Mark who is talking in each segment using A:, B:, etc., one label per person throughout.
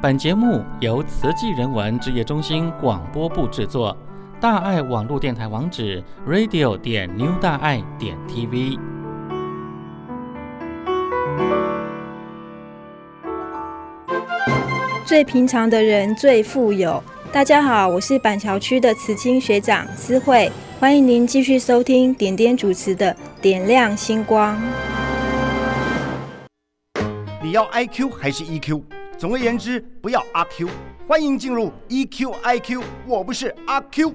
A: 本节目由慈济人文置业中心广播部制作，大爱网络电台网址 radio 点 new 大爱点 tv。
B: 最平常的人最富有。大家好，我是板桥区的慈青学长思慧，欢迎您继续收听点点主持的《点亮星光》。
C: 你要 IQ 还是 EQ？总而言之，不要阿 Q。欢迎进入 E EQ IQ，我不是阿 Q。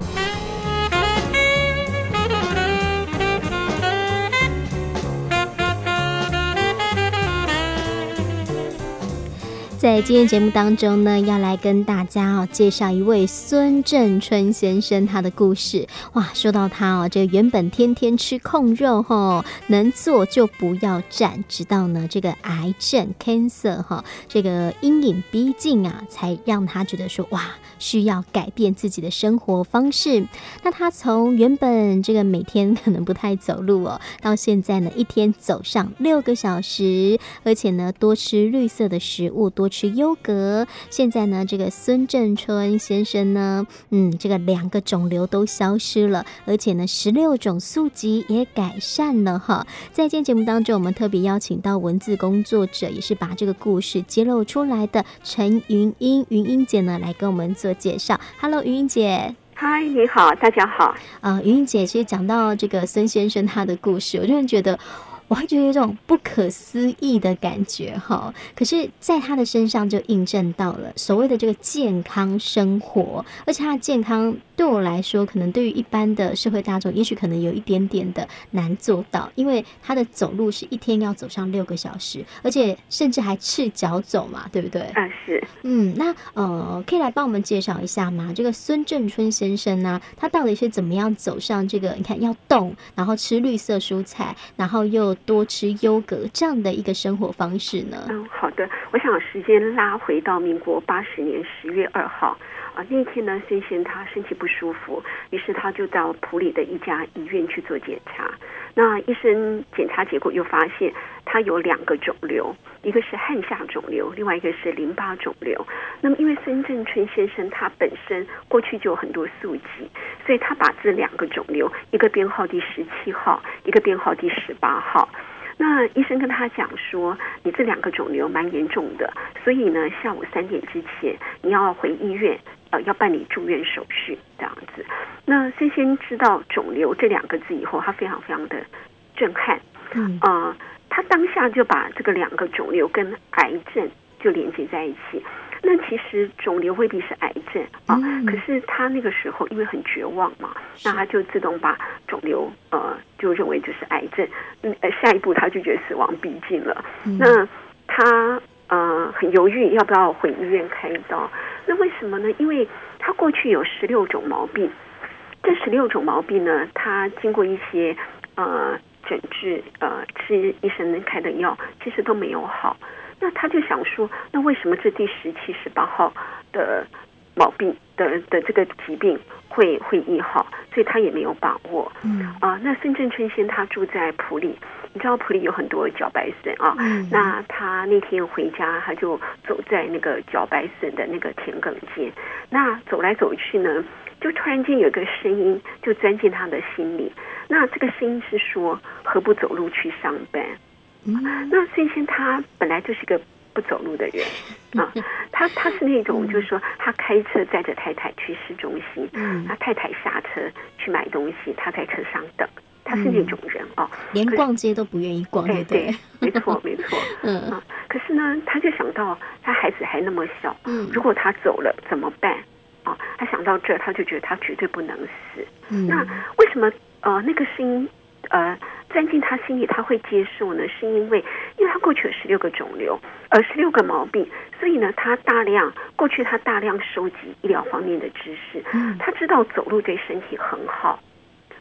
D: 在今天节目当中呢，要来跟大家哦介绍一位孙正春先生他的故事。哇，说到他哦，这原本天天吃控肉哈、哦，能坐就不要站，直到呢这个癌症 cancer 哈、这个阴影逼近啊，才让他觉得说哇，需要改变自己的生活方式。那他从原本这个每天可能不太走路哦，到现在呢一天走上六个小时，而且呢多吃绿色的食物，多吃优格。现在呢这个孙正春先生呢，嗯，这个两个肿瘤都消失了，而且呢十六种宿疾也改善了哈。在今天节目当中，我们特别邀请到文字工作者，也是把这个故事揭露出来的陈云英，云英姐呢来跟我们做介绍。Hello，云英姐。
E: 嗨，你好，大家好。
D: 啊，云英姐其实讲到这个孙先生他的故事，我真的觉得，我会觉得有一种不可思议的感觉哈。可是，在他的身上就印证到了所谓的这个健康生活，而且他的健康对我来说，可能对于一般的社会大众，也许可能有一点点的难做到，因为他的走路是一天要走上六个小时，而且甚至还赤脚走嘛，对不对？
E: 嗯、是
D: 嗯，那呃，可以来帮我们介绍一下吗？这个孙正春先生呢、他到底是怎么样走上这个？你看要动，然后吃绿色蔬菜，然后又多吃优格这样的一个生活方式呢？
E: 嗯，好的。我想时间拉回到民国八十年十月二号啊，那天呢，孙贤他身体不舒服，于是他就到普里的一家医院去做检查。那医生检查结果又发现他有两个肿瘤，一个是汗下肿瘤，另外一个是淋巴肿瘤。那么因为孙正春先生他本身过去就有很多宿疾，所以他把这两个肿瘤，一个编号第十七号，一个编号第十八号。那医生跟他讲说，你这两个肿瘤蛮严重的，所以呢，下午三点之前你要回医院，呃，要办理住院手续这样子。那孙先知道“肿瘤”这两个字以后，他非常非常的震撼，
D: 嗯
E: 呃，他当下就把这个两个肿瘤跟癌症就连接在一起。那其实肿瘤未必是癌症啊，
D: 嗯
E: 可是他那个时候因为很绝望嘛，那
D: 是
E: 他就自动把肿瘤呃就认为就是癌症，嗯，呃，下一步他就觉得死亡逼近了。
D: 嗯
E: 那他呃很犹豫要不要回医院开刀，那为什么呢？因为他过去有十六种毛病，这十六种毛病呢，他经过一些呃诊治，呃吃医生开的药，其实都没有好。那他就想说，那为什么这第十七、十八号的毛病的的这个疾病会会医好？所以他也没有把握
D: 嗯
E: 啊、那孙正春先他住在普里，你知道普里有很多茭白笋啊，
D: 嗯
E: 那他那天回家，他就走在那个茭白笋的那个田埂间，那走来走去呢，就突然间有一个声音就钻进他的心里。那这个声音是说，何不走路去上班？
D: 嗯
E: 那孙先他本来就是个不走路的 人啊，他他是那种就是说他开车载着太太去市中心，
D: 嗯
E: 他太太下车去买东西，他在车上等，他是那种人哦。哎
D: 连逛街都不愿意逛，对
E: 对
D: 不对？，
E: 没错没 错。
D: 嗯
E: 啊，可是呢，他就想到他孩子还那么小，
D: 嗯
E: 如果他走了怎么办？啊，他想到这儿，他就觉得他绝对不能死。那
D: 嗯
E: 为什么呃那个声音呃钻进他心里，他会接受呢？是因为因为他过去有十六个肿瘤，呃十六个毛病，所以呢，他大量过去他大量收集医疗方面的知识，
D: 嗯
E: 他知道走路对身体很好。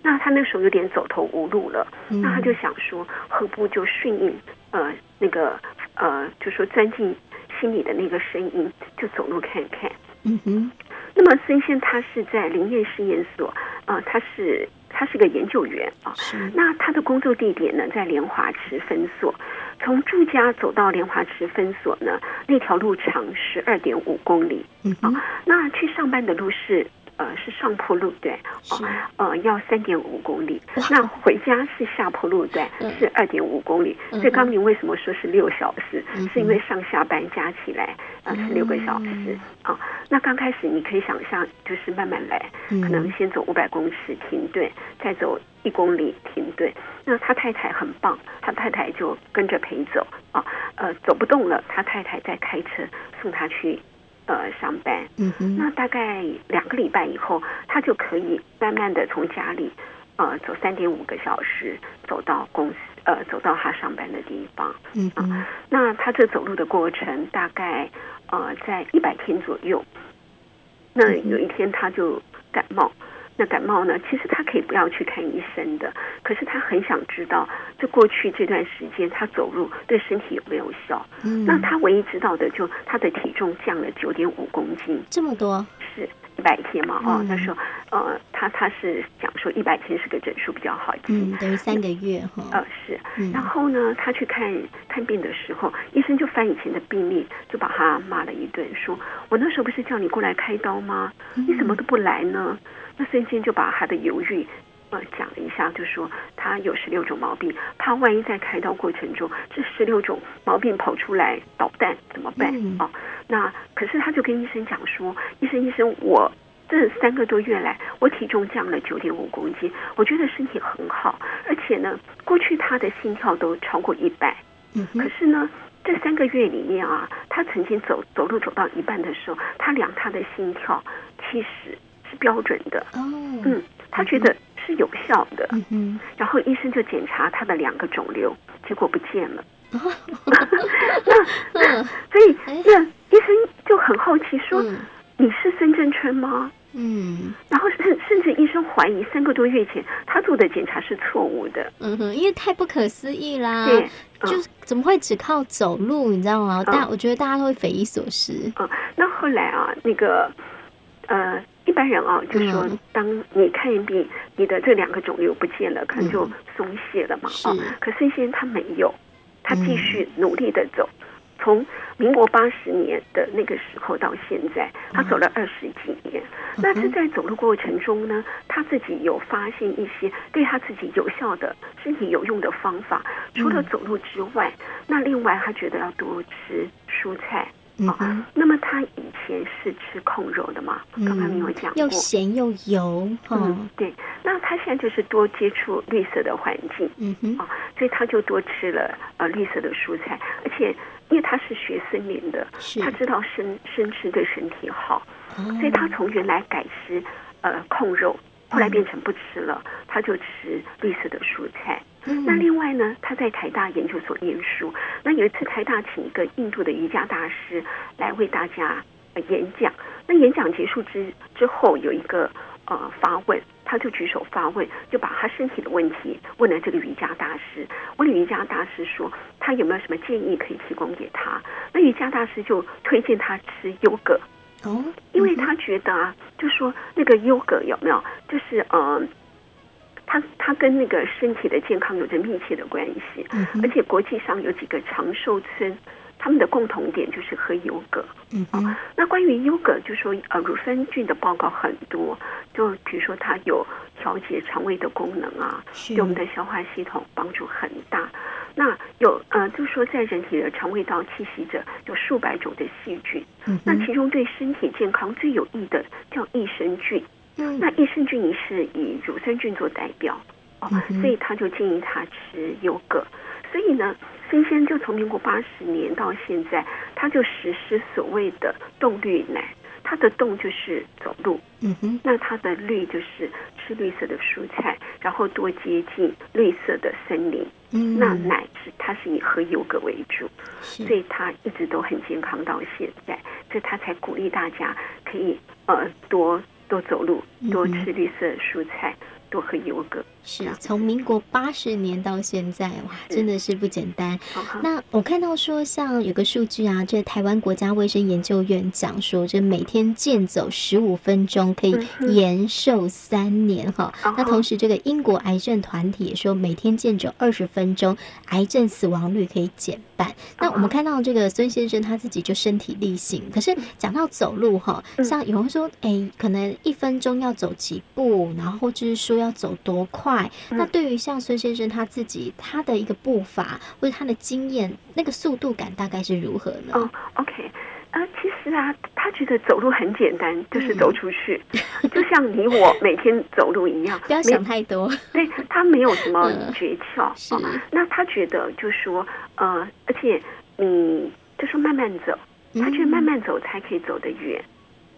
E: 那他那时候有点走投无路了，
D: 嗯
E: 那他就想说，何不就顺应呃那个呃，就说钻进心里的那个声音，就走路看看。
D: 嗯哼
E: 那么孙先他是在林业试验所，呃，他是他是个研究员啊、
D: 是
E: 那他的工作地点呢在莲华池分所。从住家走到莲花池分所呢，那条路长十二点五公里。
D: 嗯哼，
E: 那去上班的路是呃是上坡路段，
D: 是，哦
E: 呃要三点五公里。那回家是下坡路段
D: 嗯，
E: 是二点五公里。
D: 嗯
E: 所以刚您为什么说是六小时
D: 嗯哼？
E: 是因为上下班加起来呃是六个小
D: 嗯
E: 时啊。那刚开始你可以想象，就是慢慢来，
D: 嗯
E: 可能先走五百公尺停顿，再走一公里停顿。那他太太很棒，他太太就跟着陪走啊，呃，走不动了，他太太再开车送他去呃上班。
D: 嗯哼，
E: 那大概两个礼拜以后，他就可以慢慢的从家里，呃，走三点五个小时走到公司，呃，走到他上班的地方。
D: 嗯哼，
E: 那他这走路的过程大概呃在一百天左右。那
D: 嗯哼
E: 有一天他就感冒，那感冒呢，其实他可以不要去看医生的，可是他很想知道，这过去这段时间他走路对身体有没有效？
D: 嗯，
E: 那他唯一知道的就他的体重降了九点五公斤，
D: 这么多，
E: 是一百天嘛？哦
D: 嗯，
E: 那时候呃，他他是讲说一百天是个整数比较好记。
D: 嗯，等于三个月哈，
E: 呃，是，
D: 嗯
E: 然后呢，他去看看病的时候，医生就翻以前的病历，就把他骂了一顿，说：“我那时候不是叫你过来开刀吗？你怎么都不来呢？”那孙坚就把他的犹豫，呃，讲了一下，就说他有十六种毛病，怕万一在开刀过程中这十六种毛病跑出来捣蛋怎么办
D: 嗯
E: 啊、哦那可是他就跟医生讲说：“医生，医生，我这三个多月来，我体重降了九点五公斤，我觉得身体很好，而且呢，过去他的心跳都超过一百，
D: 嗯
E: 可
D: 哼，
E: 是呢，这三个月里面啊，他曾经走走路走到一半的时候，他量他的心跳七十是标准的，
D: 哦，
E: 嗯，他觉得是有效的，
D: 嗯哼，
E: 然后医生就检查他的两个肿瘤，结果不见了。
D: 嗯
E: 所以
D: 哎
E: 那医生就很好奇说：“
D: 嗯
E: 你是孙振春吗？”
D: 嗯
E: 然后甚甚至医生怀疑三个多月前他做的检查是错误的。
D: 嗯哼，因为太不可思议啦，
E: 对，嗯
D: 就是怎么会只靠走路，你知道吗？大我觉得大家都会匪夷所思，
E: 嗯，那后来啊，那个呃，一般人啊，就说
D: 嗯
E: 当你看一病，你的这两个肿瘤不见了，可能就松懈了嘛。
D: 嗯是嗯
E: 啊，可孙先生他没有，他继续努力的走。从民国八十年的那个时候到现在，
D: 嗯
E: 他走了二十几年。那这在走路过程中呢，他自己有发现一些对他自己有效的、身体有用的方法。除
D: 嗯
E: 了走路之外，那另外他觉得要多吃蔬菜。
D: 嗯
E: 哦
D: 哼，
E: 那么他以前是吃控肉的嘛？
D: 嗯
E: 刚刚你有讲过
D: 又。咸又油，哈
E: 嗯，，对，那他现在就是多接触绿色的环境，
D: 嗯哼，
E: 啊，所以他就多吃了呃绿色的蔬菜，而且因为他是学森林的，
D: 是，
E: 他知道生生吃对身体好，
D: 哦
E: 所以他从原来改吃呃控肉，后来变成不吃了，他就吃绿色的蔬菜。
D: 嗯
E: 那另外呢，他在台大研究所念书。那有一次台大请一个印度的瑜伽大师来为大家、呃演讲。那演讲结束之之后，有一个呃发问，他就举手发问，就把他身体的问题问了这个瑜伽大师。问了瑜伽大师说，他有没有什么建议可以提供给他？那瑜伽大师就推荐他吃优格，
D: 哦，
E: 因为他觉得啊，就说那个优格有没有，就是呃，它它跟那个身体的健康有着密切的关系，
D: 嗯哼
E: 而且国际上有几个长寿村，他们的共同点就是喝优格。
D: 嗯哼，
E: 那关于优格，就说呃乳酸菌的报告很多，就比如说它有调节肠胃的功能啊，
D: 嗯是
E: 对我们的消化系统帮助很大。那有呃，就说在人体的肠胃道栖息着有数百种的细菌，
D: 嗯
E: 那
D: 哼
E: 其中对身体健康最有益的叫益生菌。
D: 嗯
E: 那益生菌你是以乳酸菌做代表哦
D: 嗯，哼
E: 所以他就建议他吃优格。所以呢，孙先生就从民国八十年到现在，他就实施所谓的动绿奶。他的动就是走路，
D: 嗯哼，
E: 那它的绿就是吃绿色的蔬菜，然后多接近绿色的森林。
D: 嗯，
E: 那奶是它是以喝优格为主，
D: 是
E: 所以他一直都很健康到现在，所以他才鼓励大家可以呃多多走路
D: 嗯哼，
E: 多吃绿色蔬菜，多喝优格。这
D: 是
E: 样
D: 从民国八十年到现在，哇，
E: 是
D: 真的是不简单。
E: 好哦好
D: 那我看到说，像有个数据啊，这台湾国家卫生研究院讲说，这每天健走十五分钟可以
E: 嗯哼
D: 延寿三年哈。
E: 哦
D: 那同时，这个英国癌症团体也说，每天健走二十分钟，癌症死亡率可以减半。那
E: 嗯
D: 我们看到这个孙先生他自己就身体力行，可是讲到走路哈，
E: 嗯
D: 像有人说，哎、可能一分钟要走几步，然后就是说要走多快。那
E: 嗯
D: 对于像孙先生他自己他的一个步伐或者他的经验，那个速度感大概是如何呢？
E: 哦，OK，啊、其实啊，他觉得走路很简单，就是
D: 嗯
E: 走出去，就像你我每天走路一样，
D: 不要
E: 没
D: 想太多，
E: 对他没有什么
D: 嗯
E: 诀窍、
D: 是
E: 哦。那他觉得就说，呃，而且，嗯，就说慢慢走，他觉得慢慢走才可以走得远，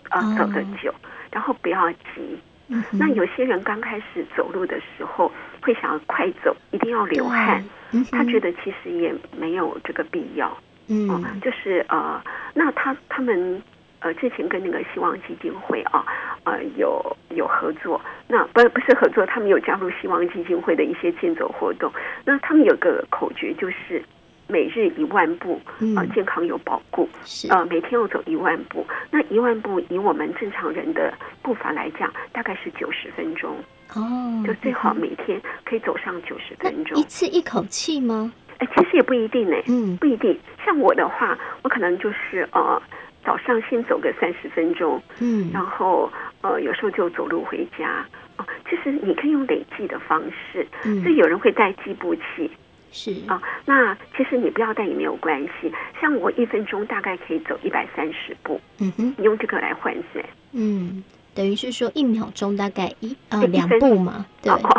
E: 啊、
D: 嗯哦
E: 走得久，然后不要急。
D: 嗯哼
E: 那有些人刚开始走路的时候会想要快走，一定要流汗，，
D: 对
E: 他觉
D: 得
E: 得其实也没有这个必要。哦
D: 嗯，
E: 就是呃，那他他们呃之前跟那个希望基金会啊，呃有有合作，那不不是合作，他们有加入希望基金会的一些健走活动。那他们有个口诀就是每日一万步，呃
D: 嗯，
E: 健康有保固，
D: 是
E: 呃每天要走一万步。那一万步以我们正常人的步伐来讲，大概是九十分钟，
D: 哦，
E: 就最
D: 嗯
E: 好
D: 哼
E: 每天可以走上九十分
D: 那
E: 钟
D: 一。次一口气吗？
E: 哎，其实也不一定呢、
D: 嗯，
E: 不一定，像我的话，我可能就是呃早上先走个三十分钟，
D: 嗯
E: 然后呃有时候就走路回家。哦，其实你可以用累计的方式，
D: 嗯
E: 所以有人会带计步器
D: 是
E: 啊、那其实你不要带也没有关系，像我一分钟大概可以走一百三十步，
D: 嗯哼
E: 你用这个来换算。
D: 嗯，等于是说一秒钟大概一呃
E: 对一
D: 两
E: 分
D: 步嘛，对
E: 哦哦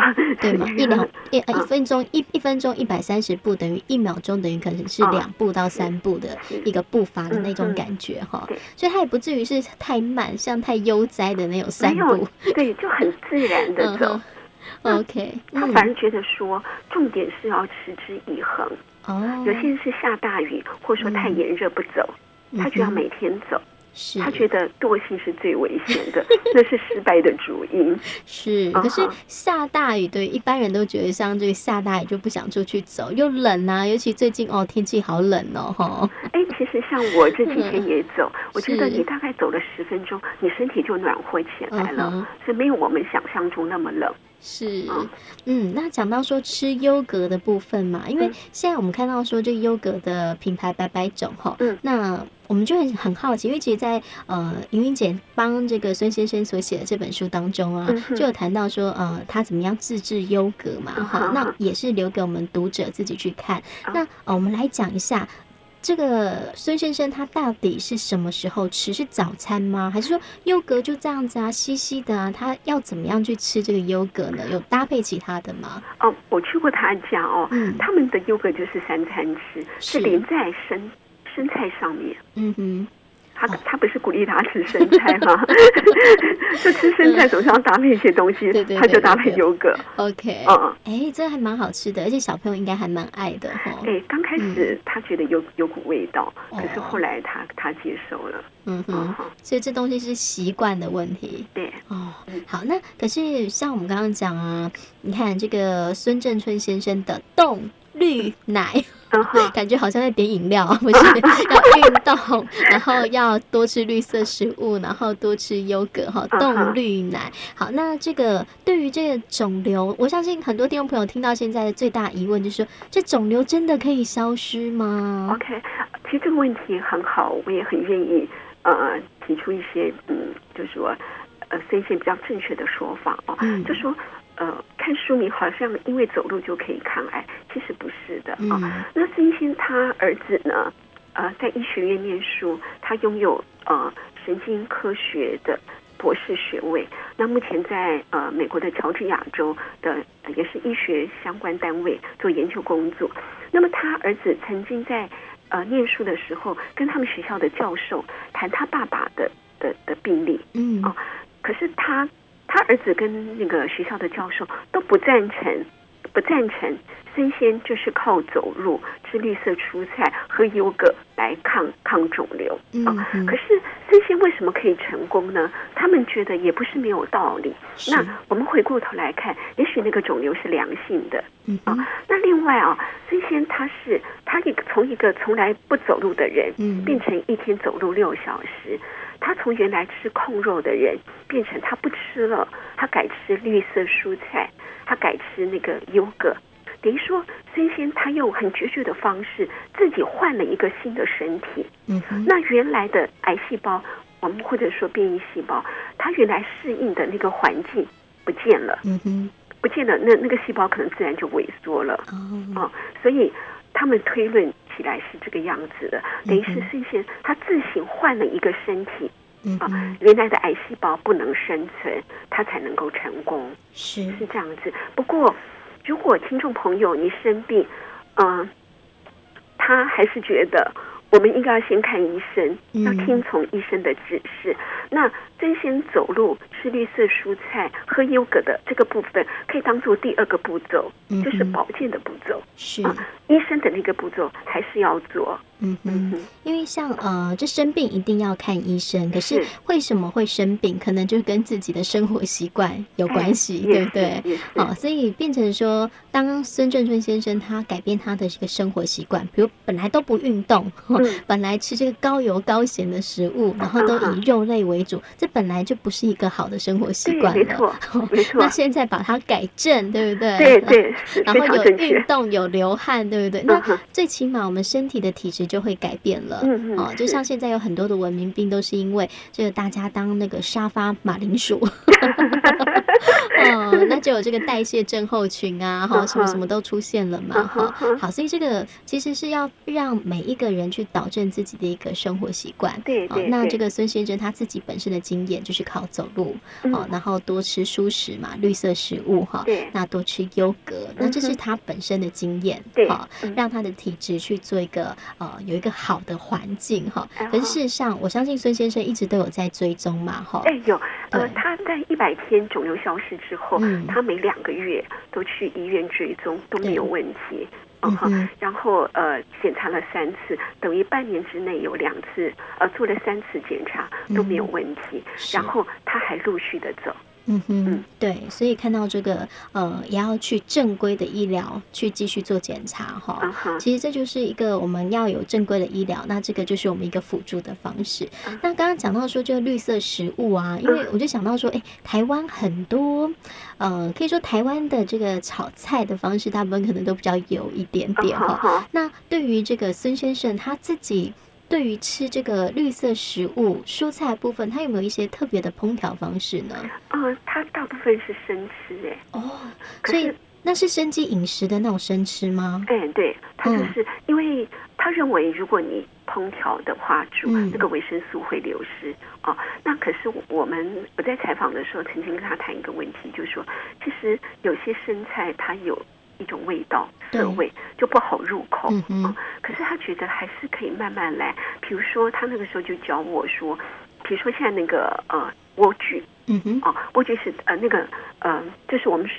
D: 对嘛，一两一呃一
E: 嗯
D: 分钟一一分钟一百三十步，等于一秒钟等于可能是
E: 嗯
D: 两步到三步的一个步伐的那
E: 嗯
D: 种
E: 嗯
D: 感觉哈
E: 对，
D: 所以它也不至于是太慢，像太悠哉的那种散
E: 没
D: 步
E: 有。对，就很自然的
D: 嗯
E: 走
D: 哼。，OK，
E: 他
D: 嗯
E: 反而觉得说，重点是要持之以恒。
D: 哦，
E: 有些人是下大雨，或者说太
D: 嗯
E: 炎热不走，他就要
D: 嗯哼
E: 每天走，
D: 是
E: 他觉得惰性是最危险的， 那是失败的主因。
D: 是，
E: 嗯
D: 可是
E: 哼
D: 下大雨，对一般人都觉得像这个下大雨就不想出去走，又冷啊，尤其最近哦天气好冷哦，吼，
E: 哎，其实像我这几天也走，我觉得
D: 是
E: 你大概走了十分钟，你身体就暖和起来了，
D: 嗯哼
E: 所以没有我们想象中那么冷。
D: 是
E: 嗯，
D: 嗯，那讲到说吃优格的部分嘛，因为
E: 嗯
D: 现在我们看到说这个优格的品牌百百种哈，
E: 嗯
D: 那我们就很很好奇，因为其实在，呃莹莹姐帮这个孙先生所写的这本书当中啊，
E: 嗯哼
D: 就有谈到说呃他怎么样自制优格嘛
E: 嗯
D: 哈、
E: 哼
D: 那也是留给我们读者自己去看。
E: 啊
D: 那呃我们来讲一下。这个孙先生他到底是什么时候吃？是早餐吗？还是说优格就这样子啊，稀稀的啊？他要怎么样去吃这个优格呢？有搭配其他的吗？
E: 哦，我去过他家哦，
D: 嗯
E: 他们的优格就是三餐吃，
D: 是
E: 是淋在生生菜上面。
D: 嗯哼，
E: 他他不是鼓励他吃生菜 吗？就吃生菜总是要搭配一些东西，
D: 对对对
E: 他就搭配优格。
D: OK，
E: 嗯嗯，
D: 哎、这还蛮好吃的，而且小朋友应该还蛮爱的哈。
E: 哎，刚开始他觉得有有股味道，
D: 嗯哦
E: 可是后来他他接受了。
D: 嗯
E: 嗯
D: 哼，，所以这东西是习惯的问题。
E: 对，
D: 哦，
E: 嗯
D: 好，那可是像我们刚刚讲啊，你看这个孙正春先生的冻绿奶，
E: 嗯哼，
D: 感觉好像在点饮料， 不是要运动，然后要多吃绿色食物，然后多吃优格哈，
E: 嗯哼
D: 冻绿奶。好，那这个对于这个肿瘤，我相信很多听众朋友听到现在的最大疑问就是说，这肿瘤真的可以消失吗？
E: OK，其实这个问题很好，我也很愿意呃提出一些嗯，就说呃孙一些比较正确的说法哦，
D: 嗯
E: 就说呃看书名好像因为走路就可以抗癌，其实不是的啊、哦
D: 嗯
E: 那孙一仙他儿子呢，呃，在医学院念书，他拥有呃神经科学的博士学位。那目前在呃美国的乔治亚州的、呃也是医学相关单位做研究工作。那么他儿子曾经在呃念书的时候，跟他们学校的教授谈他爸爸的的的病例，
D: 嗯
E: 哦可是他他儿子跟那个学校的教授都不赞成不赞成生鲜就是靠走路、吃绿色蔬菜、喝优格来抗抗肿瘤。
D: 嗯
E: 哦
D: 哼
E: 可是生鲜为什么可以成功呢？他们觉得也不是没有道理。
D: 是
E: 那我们回过头来看，也许那个肿瘤是良性的，
D: 嗯
E: 啊
D: 哼，
E: 那另外啊，孙先他是他一个从一个从来不走路的人，
D: 嗯
E: 变成一天走路六小时。他从原来吃控肉的人，变成他不吃了，他改吃绿色蔬菜，他改吃那个优格。等于说，孙先他用很决绝的方式，自己换了一个新的身体。
D: 嗯哼，
E: 那原来的癌细胞，我们或者说变异细胞，它原来适应的那个环境不见了，
D: 嗯哼，
E: 不见了，那那个细胞可能自然就萎缩了。
D: 哦，
E: 哦，所以他们推论起来是这个样子的，等于是
D: 嗯
E: 孙先他自行换了一个身体
D: 嗯
E: 啊、
D: 哼，
E: 原来的癌细胞不能生存，他才能够成功，
D: 是，
E: 是这样子。不过，如果听众朋友你生病，嗯、他还是觉得。我们应该要先看医生，
D: 嗯
E: 要听从医生的指示。那真先走路、吃绿色蔬菜、喝优格的这个部分，可以当做第二个步骤，
D: 嗯
E: 就是
D: 哼
E: 保健的步骤。
D: 是，
E: 啊，医生的那个步骤还是要做。
D: 嗯哼，
E: 嗯，
D: 因为像呃，这生病一定要看医生，可是
E: 是
D: 为什么会生病，可能就跟自己的生活习惯有关系，
E: 哎
D: 对
E: 也是
D: 不对？哦
E: 也是
D: 好，所以变成说，当孙正春先生他改变他的这个生活习惯，比如本来都不运动，
E: 嗯
D: 本来吃这个高油高咸的食 物，然后都
E: 嗯
D: 以肉类为主，这本来就不是一个好的生活习
E: 对
D: 惯
E: 没
D: 了哦
E: 错。没错
D: 那现在把它改正，对不对？
E: 对。对，是
D: 呃然
E: 非
D: 后
E: 常
D: 有
E: 正
D: 运
E: 确。
D: 动，有流汗，对不对？
E: 嗯
D: 那
E: 哼
D: 最起码我们身体的体质就会改变了。
E: 嗯嗯
D: 哦，就是像现在有很多的文明病都是因为这个大家当那个沙发马铃 薯，哦，那就有这个代谢症候群啊，哈、
E: 嗯
D: 什么
E: 哼
D: 什么都出现了嘛，哈、
E: 嗯哼哼
D: 好，所以这个其实是要让每一个人去导正自己的一个生活习惯。
E: 对
D: 哦
E: 对
D: 那
E: 对
D: 这个孙先生他自己本身的经验就是靠走路，
E: 嗯
D: 哦，然后多吃蔬食嘛，绿色食物哈，
E: 对
D: 那多吃优格，那这是
E: 嗯哼
D: 他本身的经验，
E: 对
D: 好
E: 嗯
D: 让他的体质去做一个呃有一个好的环境哈。
E: 然
D: 可是
E: 后
D: 事实上，我相信孙先生一直都有在追踪嘛哈。
E: 哎有，呃，
D: 对
E: 他在一百天肿瘤消失之后
D: 嗯，
E: 他每两个月都去医院追踪，都
D: 对
E: 没有问题。
D: 嗯
E: 嗯哈
D: 哼，
E: 然后呃检查了三次，等于半年之内有两次，呃做了三次检查都没有
D: 嗯
E: 问题，
D: 是
E: 然后他还陆续的走。
D: 嗯哼
E: 嗯，
D: 对，所以看到这个呃，也要去正规的医疗去继续做检查哈。
E: 嗯哼，
D: 其实这就是一个我们要有正规的医疗，那这个就是我们一个辅助的方式。
E: 嗯
D: 那刚刚讲到说这个绿色食物啊，因为我就想到说，哎，台湾很多，呃，可以说台湾的这个炒菜的方式，大部分可能都比较油一点
E: 嗯
D: 点
E: 好
D: 哈。
E: 好，
D: 那对于这个孙先生他自己。对于吃这个绿色食物、蔬菜部分，他有没有一些特别的烹调方式呢？
E: 嗯，他大部分是生吃哎。
D: 哦，
E: 可
D: 所以
E: 是
D: 那是生机饮食的那种生吃吗？
E: 哎，对，他就
D: 嗯
E: 是、因为他认为，如果你烹调的话，煮
D: 嗯
E: 那个维生素会流失哦。那可是我们我在采访的时候，曾经跟他谈一个问题，就是说，其实有些生菜它有一种味道，
D: 对
E: 涩味就不好入口。
D: 嗯哼
E: 哦可是他觉得还是可以慢慢来。比如说，他那个时候就教我说，比如说现在那个呃莴苣
D: 嗯哼，
E: 哦，莴苣是呃那个呃，就是我们是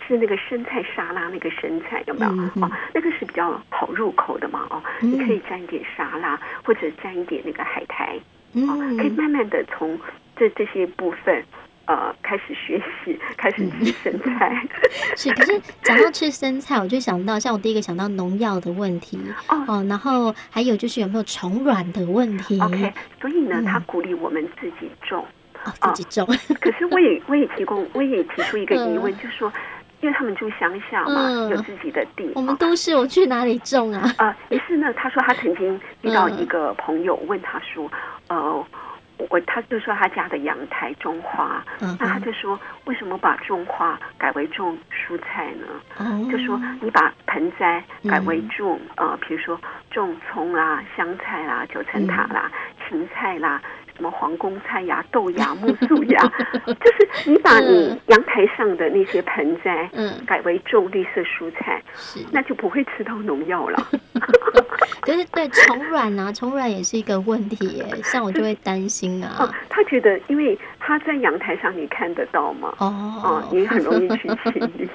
E: 吃那个生菜沙拉那个生菜有没有？
D: 嗯哼
E: 哦，那个是比较好入口的嘛哦，
D: 嗯
E: 你可以沾一点沙拉，或者沾一点那个海苔哦，可以
D: 嗯，
E: 慢慢的从这这些部分。呃，开始学习， 开始吃生菜。
D: 是。可是讲到吃生菜，我就想到，像我第一个想到农药的问题
E: 哦
D: 哦，然后还有就是有没有虫卵的问题
E: OK，所以呢
D: 嗯，
E: 他鼓励我们自己种。
D: 哦，自己种，
E: 可是我也我也提供，我也提出一个疑问，
D: 嗯
E: 就是说，因为他们住乡下嘛，
D: 嗯
E: 有自己的地。
D: 我们
E: 哦
D: 都市我去哪里种啊？
E: 啊，于是呢，他说他曾经遇到
D: 嗯
E: 一个朋友问他说，呃，我他就说他家的阳台种花，
D: 嗯
E: 那他
D: 哼，
E: 就说为什么把种花改为种蔬菜呢？
D: 哦
E: 就说你把盆栽改为种、
D: 嗯
E: 呃，比如说种葱啦、香菜啦、九层塔啦、
D: 嗯
E: 芹菜啦。什么皇宫菜呀、豆芽、 木薯芽，就是你把你
D: 嗯
E: 阳台上的那些盆栽
D: 嗯
E: 改为种绿色蔬菜，
D: 是，
E: 那就不会吃到农药了。
D: 可是对宠卵啊，宠卵也是一个问题耶，像我就会担心
E: 哦
D: 啊。，
E: 他觉得，因为他在阳台上，你看得到嘛，哦
D: 哦，，
E: 你很容易 去起疑。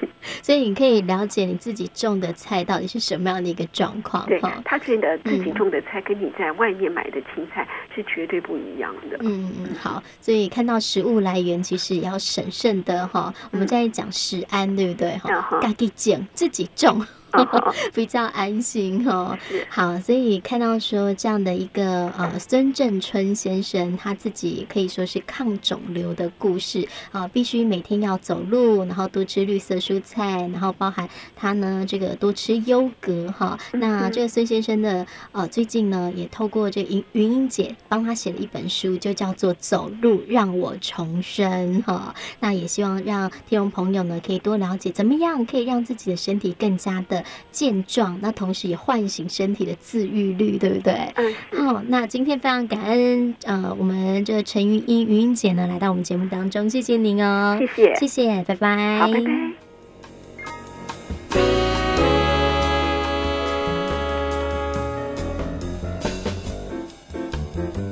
D: 所以你可以了解你自己种的菜到底是什么样的一个状况
E: 对
D: 哈。
E: 他觉得自己种的菜跟你在外面买的青菜是绝对不一样的。
D: 嗯嗯，好，所以看到食物来源，其实也要审慎的哈。我们在讲食安，对不对
E: 嗯
D: 哈？
E: 哼
D: 自己种，自己种。
E: 嗯哼
D: 比较安心哦
E: 是。
D: 好，所以看到说这样的一个呃孙正春先生他自己可以说是抗肿瘤的故事啊、必须每天要走路，然后多吃绿色蔬菜，然后包含他呢这个多吃优格哈、
E: 嗯
D: 那这个孙先生的呃最近呢也透过这个云云英姐帮他写了一本书，就叫做《走路让我重生》哈、那也希望让听众朋友呢，可以多了解怎么样可以让自己的身体更加的健壮，那同时也唤醒身体的自愈力，对不对？
E: 嗯，
D: 哦，那今天非常感恩，呃，我们这个陈云英云英姐呢来到我们节目当中，谢谢您哦，
E: 谢谢，
D: 谢谢，拜拜，
E: 好，拜拜。
F: Thank